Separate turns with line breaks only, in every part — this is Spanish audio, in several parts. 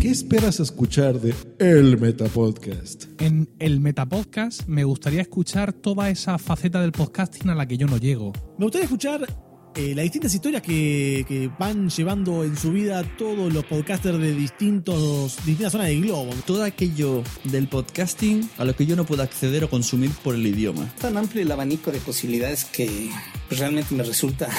¿Qué esperas escuchar de El Metapodcast?
En el Metapodcast me gustaría escuchar toda esa faceta del podcasting a la que yo no llego.
Me gustaría escuchar eh, las distintas historias que, que van llevando en su vida todos los podcasters de distintos, distintas zonas del globo.
todo aquello del podcasting a lo que yo no puedo acceder o consumir por el idioma.
tan amplio el abanico de posibilidades que pues, realmente me resulta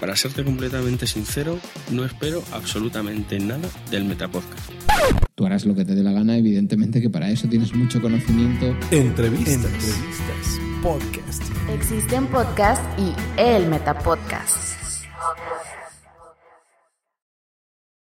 para serte completamente sincero, no espero absolutamente nada del Metapodcast.
Tú harás lo que te dé la gana, evidentemente que para eso tienes mucho conocimiento.
Entrevistas.
Existen podcast y el Metapodcast.